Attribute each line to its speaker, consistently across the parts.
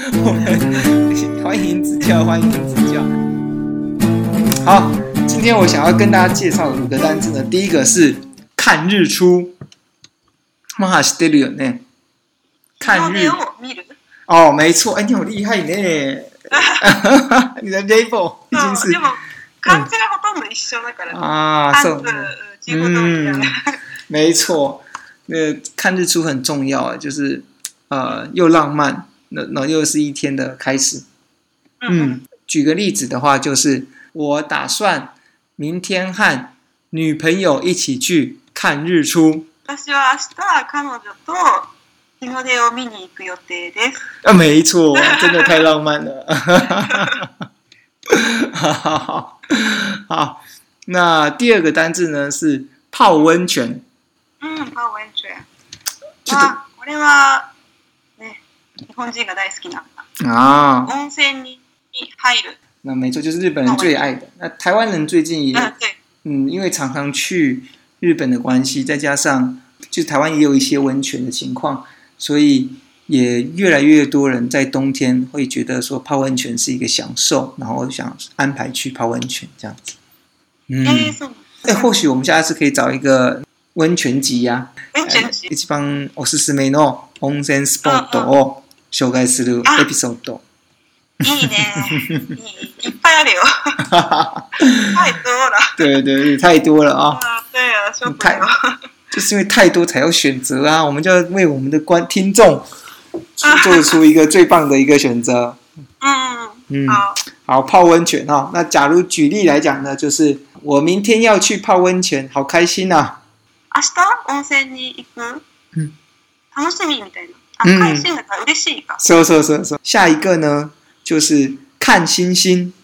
Speaker 1: 我们欢迎指教，欢迎指教。好，今天我想要跟大家介绍的五个单词呢，第一个是看日出，まあ知ってるよね。看日
Speaker 2: 鏡を見る。
Speaker 1: 哦，没错，哎，你好厉害呢， 你的 level 已
Speaker 2: そ
Speaker 1: 经
Speaker 2: う、
Speaker 1: 是
Speaker 2: でも、漢字がほとんど一緒だからね。
Speaker 1: 啊，是
Speaker 2: 漢字、
Speaker 1: 我
Speaker 2: うん
Speaker 1: 们
Speaker 2: 中国語みたいな。
Speaker 1: 没错，那看日出很重要啊，就是呃又浪漫，那那又是一天的开始。
Speaker 2: うん。
Speaker 1: 嗯，举个例子的话，就是我打算明天和女朋友一起去看日出。
Speaker 2: 私は明日、彼女と日の出を見に行く予定です。
Speaker 1: 啊，没错，真的太浪漫了。 好好好，好，那第二个单字呢是泡温泉，
Speaker 2: うん、パオエンチュエ。
Speaker 1: ちょっ
Speaker 2: まあ、これは、ね、日本人が大好きな
Speaker 1: と啊，
Speaker 2: 温泉に入る。
Speaker 1: 那没错，就是日本人最爱的。那台湾人最近
Speaker 2: うん、
Speaker 1: 也
Speaker 2: 对。
Speaker 1: 嗯，因为常常去日本的关系，再加上就台湾也有一些温泉的情况，所以也越来越多人在冬天会觉得说泡温泉是一个享受，然后想安排去泡温泉这样子。嗯，
Speaker 2: えー、そう。
Speaker 1: 哎，或许我们下次可以找一个温泉集呀、
Speaker 2: 温
Speaker 1: 啊，
Speaker 2: 泉
Speaker 1: 呃
Speaker 2: 地。
Speaker 1: 一帮おすすめの温泉スポットを紹介するエピソード。
Speaker 2: いいね。いいいっぱいあるよ。 はい、どうだ。
Speaker 1: 对对对，太多了啊！
Speaker 2: あ、对啊，说不
Speaker 1: 太
Speaker 2: 了。
Speaker 1: 就是因为太多才要选择啊，我们就要为我们的观听众做出一个最棒的一个选择。
Speaker 2: 嗯，
Speaker 1: 嗯，
Speaker 2: 好，
Speaker 1: 好，泡温泉哦。那假如举例来讲呢，就是我明天要去泡温泉，好开心啊呐、
Speaker 2: 明日温泉に行く。
Speaker 1: うん
Speaker 2: 楽しみみたいな。あ、
Speaker 1: うん
Speaker 2: 関心が嬉しいか。
Speaker 1: 说说说说，下一个呢就是看星星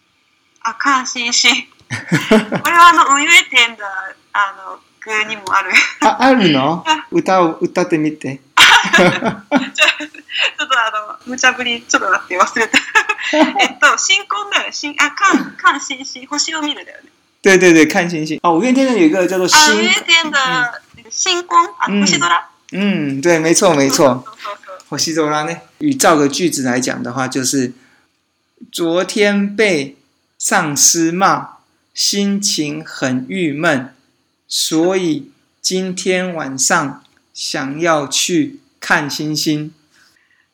Speaker 2: あ、関心し。これはあの、ウイウェテンダあの、具にもある。
Speaker 1: 啊，あるの？歌を歌ってみて。
Speaker 2: ちょちょっとあの、無茶ぶり、ちょっと待って、忘 れた。えっと、新婚だよ。新、あ、関、関心し、星を見るだよね。
Speaker 1: 对对对，看星星哦。五月天的有一个叫做
Speaker 2: あ、ウイ
Speaker 1: 星
Speaker 2: ウ，ェテンダ新婚、あ、
Speaker 1: うん
Speaker 2: 星空。
Speaker 1: 嗯，对，没错没错。
Speaker 2: そうそうそう。
Speaker 1: 火西多拉呢？与造个句子来讲的话，就是昨天被上司骂，心情很郁闷，所以今天晚上想要去看星星。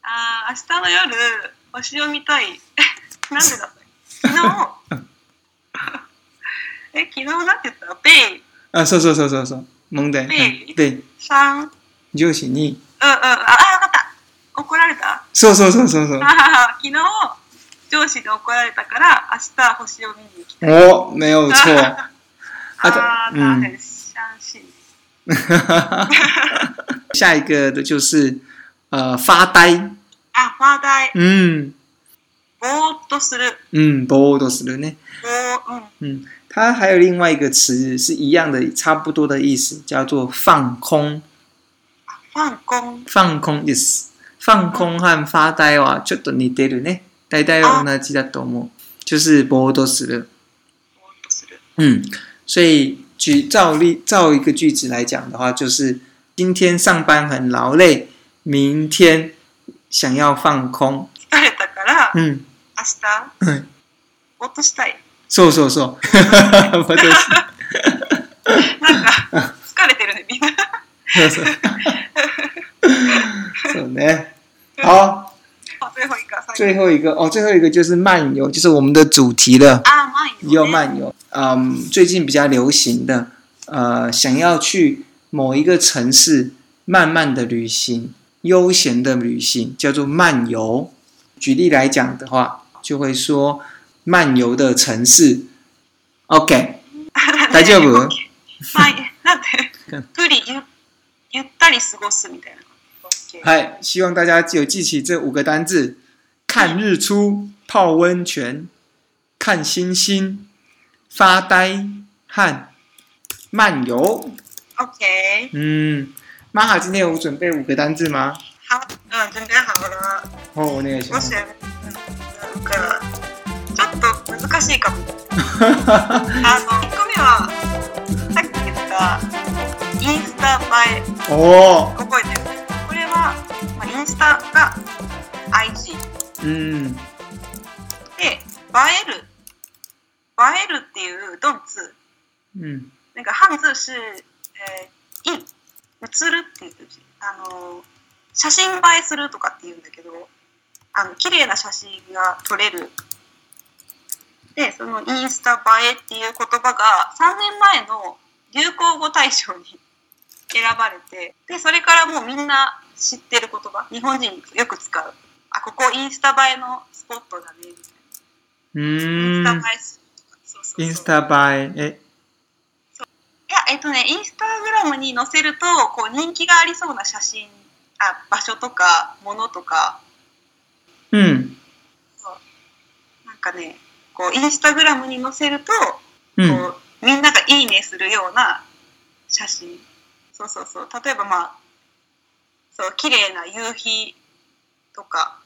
Speaker 2: ああ、明日の夜、星を見たい。 なんでだった昨 日。え、昨日なんて言ったベイ、
Speaker 1: 啊，说说说说说，蒙的，
Speaker 2: 对
Speaker 1: 对，
Speaker 2: さん、うんうん、
Speaker 1: 就是你，
Speaker 2: あ、あ、わかった。怒られた
Speaker 1: 说说说说说
Speaker 2: あ。はは昨日、上司に怒られたから、明日星を見に行きたい。
Speaker 1: 哦，没有错。他的嗯
Speaker 2: ああ、他很相信。
Speaker 1: 下一个的就是呃发呆，
Speaker 2: あ、ファーダイ、
Speaker 1: 嗯
Speaker 2: ぼーっとする。
Speaker 1: 嗯，ボードするね。
Speaker 2: ぼー、う
Speaker 1: 嗯，
Speaker 2: ん。
Speaker 1: 它还有另外一个词是一样的，差不多的意思，叫做放空。
Speaker 2: ファンコン。
Speaker 1: 放空 yes，放空和发呆はちょっと似てるね。大体は同じだと思う。就是ぼーっとする。
Speaker 2: ぼーっとする。
Speaker 1: 嗯，所以举照例照一个句子来讲的话，就是今天上班很劳累，明天想要放空。
Speaker 2: 疲れたから、明
Speaker 1: 嗯，
Speaker 2: 日、
Speaker 1: 嗯
Speaker 2: ぼーっとしたい。
Speaker 1: そうそうそう。 我都是
Speaker 2: なんか、疲れてるね、みんな。
Speaker 1: そうね。好。
Speaker 2: あ、そういう方がいいか、最後。
Speaker 1: 最后一个哦，最后一个就是漫游，就是我们的主题了，
Speaker 2: あ、まあいい
Speaker 1: 要
Speaker 2: よ、ね。
Speaker 1: 漫游。嗯，最近比较流行的，呃，想要去某一个城市慢慢的旅行，悠闲的旅行，叫做漫游。举例来讲的话，就会说漫游的城市。OK，大丈夫？
Speaker 2: はい、なんて、ゆっくりゆゆったり過ごすみたいな。OK
Speaker 1: 嗨，哎希望大家有记起这五个单字：看日出、泡温泉、看星星、发呆和漫游。
Speaker 2: OK。
Speaker 1: 嗯，玛哈今天有准备五个单字吗？
Speaker 2: 好、うん、準備好了。
Speaker 1: 哦，我那个想
Speaker 2: もし、うん、なんか、ちょっと難しいかも。あの、1個目は、さっき言った、インスタ映え、
Speaker 1: 哦，
Speaker 2: 覚えてる。これは、まあ、インスタが IG。
Speaker 1: うん
Speaker 2: で、映える。映えるっていう動詞。
Speaker 1: うん
Speaker 2: 那个汉字是えー、in。写るっていう字。あの、写真映えするとかっていうんだけど、あの、綺麗な写真が撮れる。で、そのインスタ映えっていう言葉が3年前の流行語大賞に 選ばれて、で、それからもうみんな知ってる言葉、日本人よく使う。あ、ここインスタ映えのスポットだね、みたいな。
Speaker 1: うーん
Speaker 2: インスタ映えするとか。そうそうそう
Speaker 1: インスタ映ええ
Speaker 2: いや、えっとね、インスタグラムに載せると、こう人気がありそうな写真、あ、場所とか、ものとか、
Speaker 1: うん
Speaker 2: なんかね、こうインスタグラムに載せると、こ
Speaker 1: う
Speaker 2: う、
Speaker 1: ん
Speaker 2: みんながいいねするような写真。そうそうそう。例えばまあ、そう、綺麗な夕日とか、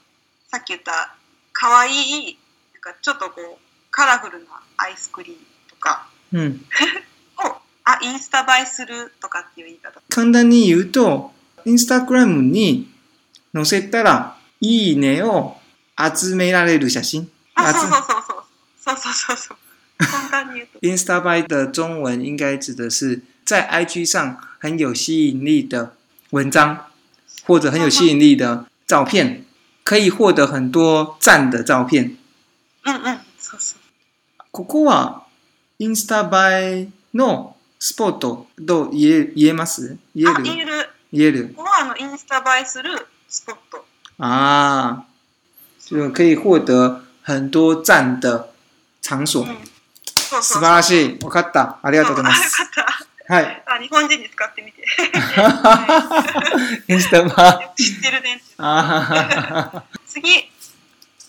Speaker 2: さっき言った、可愛い、なんかちょっとこう、カラフルなアイスクリームとか
Speaker 1: うん
Speaker 2: を、あ、インスタ映えするとかっていう言い方。
Speaker 1: 簡単に言うとインスタグラムに載せたらいいねを集められる写真
Speaker 2: あ，
Speaker 1: 集。
Speaker 2: そうそうそうそう， そうそうそうそう，簡単に言うと
Speaker 1: Instabuy 的中文应该指的是在 IG 上很有吸引力的文章，或者很有吸引力的照片，可以获得很多赞的照片。
Speaker 2: うんうん、そうそう。
Speaker 1: ここはインスタ映えのスポットと言え言えます言え
Speaker 2: あ、
Speaker 1: る
Speaker 2: いる。
Speaker 1: 言える
Speaker 2: ここはあのインスタ映えするスポット。
Speaker 1: 啊，就可以获得很多赞的场
Speaker 2: う
Speaker 1: 所
Speaker 2: ん。。そう
Speaker 1: 素
Speaker 2: そう。
Speaker 1: 晴らしい。わかった。あり
Speaker 2: あ
Speaker 1: がとうございま
Speaker 2: あ、
Speaker 1: す。
Speaker 2: よかっ
Speaker 1: はい。
Speaker 2: た。あ、日本人に使ってみ て。
Speaker 1: インスタ映え。
Speaker 2: よく知ってるね。
Speaker 1: あははは。
Speaker 2: 次。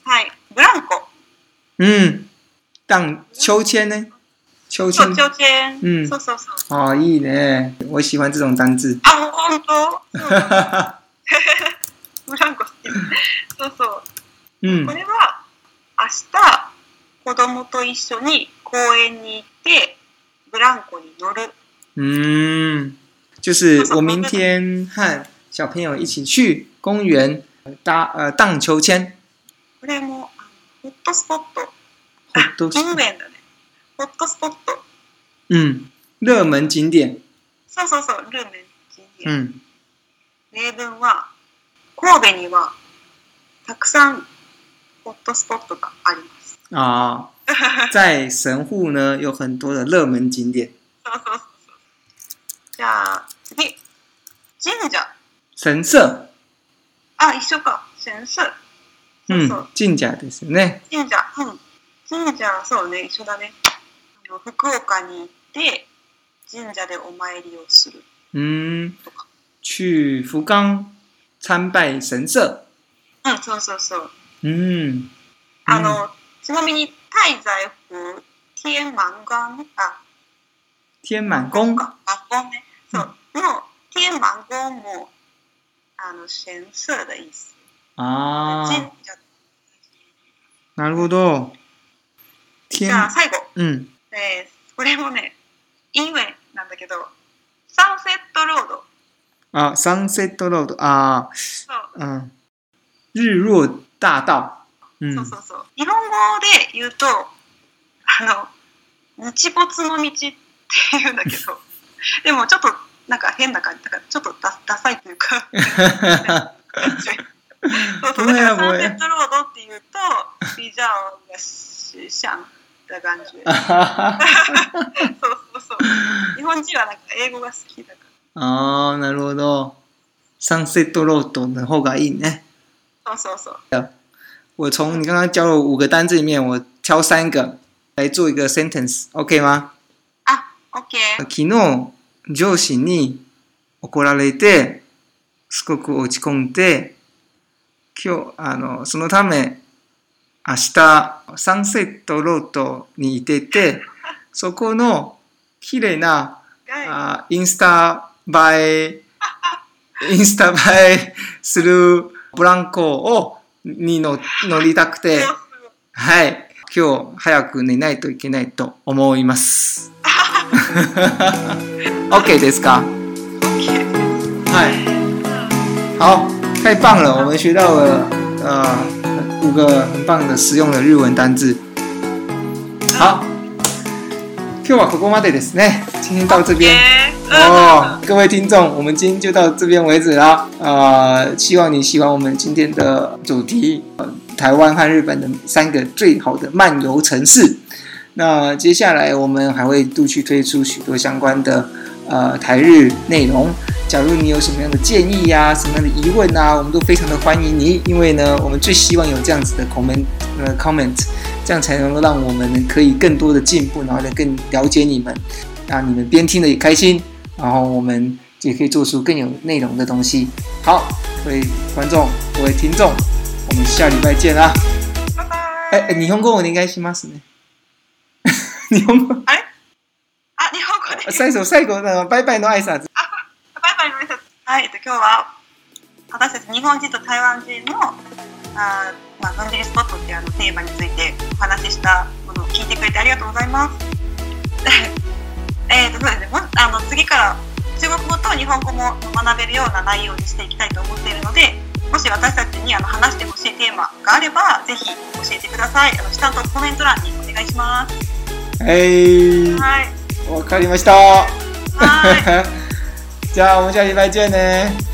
Speaker 2: はい。ブランコ。
Speaker 1: うん。但嗯秋千呢？哦秋
Speaker 2: そ
Speaker 1: 千
Speaker 2: う、ちょうちえん。
Speaker 1: うん
Speaker 2: そうそうそう。
Speaker 1: 啊，いいね。我喜欢这种单字。
Speaker 2: あ、もう本当。そうブランコ好き。そうそう。
Speaker 1: うん
Speaker 2: こ。れは明日子供と一緒に公園に行ってブランコに乗る。
Speaker 1: 嗯，就是我明天和小朋友一起去公园搭呃荡秋千。
Speaker 2: これもあのホットスポット。
Speaker 1: 好多
Speaker 2: 公園だね。ホットスポット。
Speaker 1: 嗯，热门景点。
Speaker 2: そうそうそう、ルーメン人間。
Speaker 1: 嗯
Speaker 2: 例文は神戸にはたくさんホットスポットがあります。
Speaker 1: 啊，在神户呢有很多的热门景点。
Speaker 2: そうそうそうそう。じゃあ次。神社。
Speaker 1: 神社，
Speaker 2: あ、一緒か。神社。そうそう
Speaker 1: 嗯。，近甲ですね。
Speaker 2: 神社、うん、神社、そうね、一緒だね。あの福岡に行って、神社でお参りをする。
Speaker 1: 嗯，去福冈参拜神社。
Speaker 2: うん、そうそうそう。
Speaker 1: 嗯，
Speaker 2: あの、ちなみに、滞在府、天満宮ね、あ、
Speaker 1: 天满宫
Speaker 2: か、あ、門ね。そう、の、天満宮も、あの、神社的意思。
Speaker 1: 啊
Speaker 2: 神社。。
Speaker 1: なるほど。
Speaker 2: じ
Speaker 1: 天嗯
Speaker 2: ゃあ、最後。
Speaker 1: うん。
Speaker 2: えーこれもね、インウェイなんだけど、サンセットロード。
Speaker 1: あ、サンセットロード。あ
Speaker 2: そう。
Speaker 1: ー、うん。啊日落大道。嗯う
Speaker 2: そうんそ。うそう。日本語で言うと、あの、日没の道って言うんだけど、でもちょっと、なんか変な感じ、だからちょっとダダサいというか、 そうそう、
Speaker 1: ご
Speaker 2: だ
Speaker 1: めん
Speaker 2: から
Speaker 1: ご
Speaker 2: サ
Speaker 1: め
Speaker 2: ン
Speaker 1: ん
Speaker 2: セットロードって言うと、ビジャオンがシシャンって感じ。
Speaker 1: あはは
Speaker 2: そうそうそう。日本人はなんか英語が好きだか
Speaker 1: あー、なるほど。サンセットロードの方がいいね。
Speaker 2: ら。そうそうそう。
Speaker 1: 我从你刚刚教了五个单字里面，我挑三个来做一个 sentence，OK、吗？
Speaker 2: あ、オッケー。
Speaker 1: 昨日、上司に怒られて、すごく落ち込んで、今日、あの、そのため、明日、サンセットロードにいてて、そこの綺麗な
Speaker 2: はい
Speaker 1: あインスタ映え、インスタ映えするブランコを、に乗乗りたくて、
Speaker 2: そう
Speaker 1: はい。今日早く寝ないといけないと思います。OK ですか
Speaker 2: そうオッケー。
Speaker 1: はい。好，太棒了，我们学到了呃个很棒的实用的日文单字。好，今日はここまでですね。今天到这边。
Speaker 2: 耶
Speaker 1: 哦，各位听众，我们今天就到这边为止啦。呃，希望你喜欢我们今天的主题，呃、台湾和日本的三个最好的漫游城市。那接下来我们还会陆续推出许多相关的呃台日内容。假如你有什么样的建议呀、什么样的疑问啊，我们都非常的欢迎你，因为呢，我们最希望有这样子的 comment 呃 comment，这样才能够让我们可以更多的进步，然后呢更了解你们，呃让你们边听的也开心，然后我们也可以做出更有内容的东西。好，各位观众，各位听众，我们下礼拜见啦！
Speaker 2: 拜拜。
Speaker 1: 哎、哎日本語お願いし ますね。日本語
Speaker 2: あれあ、日本語で。
Speaker 1: 最後最後のバイバイの挨拶。
Speaker 2: バイバイの挨拶。はい、えっと今日は私たち日本人と台湾人のあー、まあ、のんびりスポットっていうあのテーマについてお話ししたものを聞いてくれてありがとうございます。 えっとそうですね。もあの次から中国語と日本語も学べるような内容にしていきたいと思っているので、もし私たちにあの話してほしいテーマがあればぜひ教えてください。あの下のコメント欄にお願いします。
Speaker 1: はい。
Speaker 2: はい。
Speaker 1: わかりました。
Speaker 2: はい。
Speaker 1: じゃあ、おもちゃいばいじゃあね。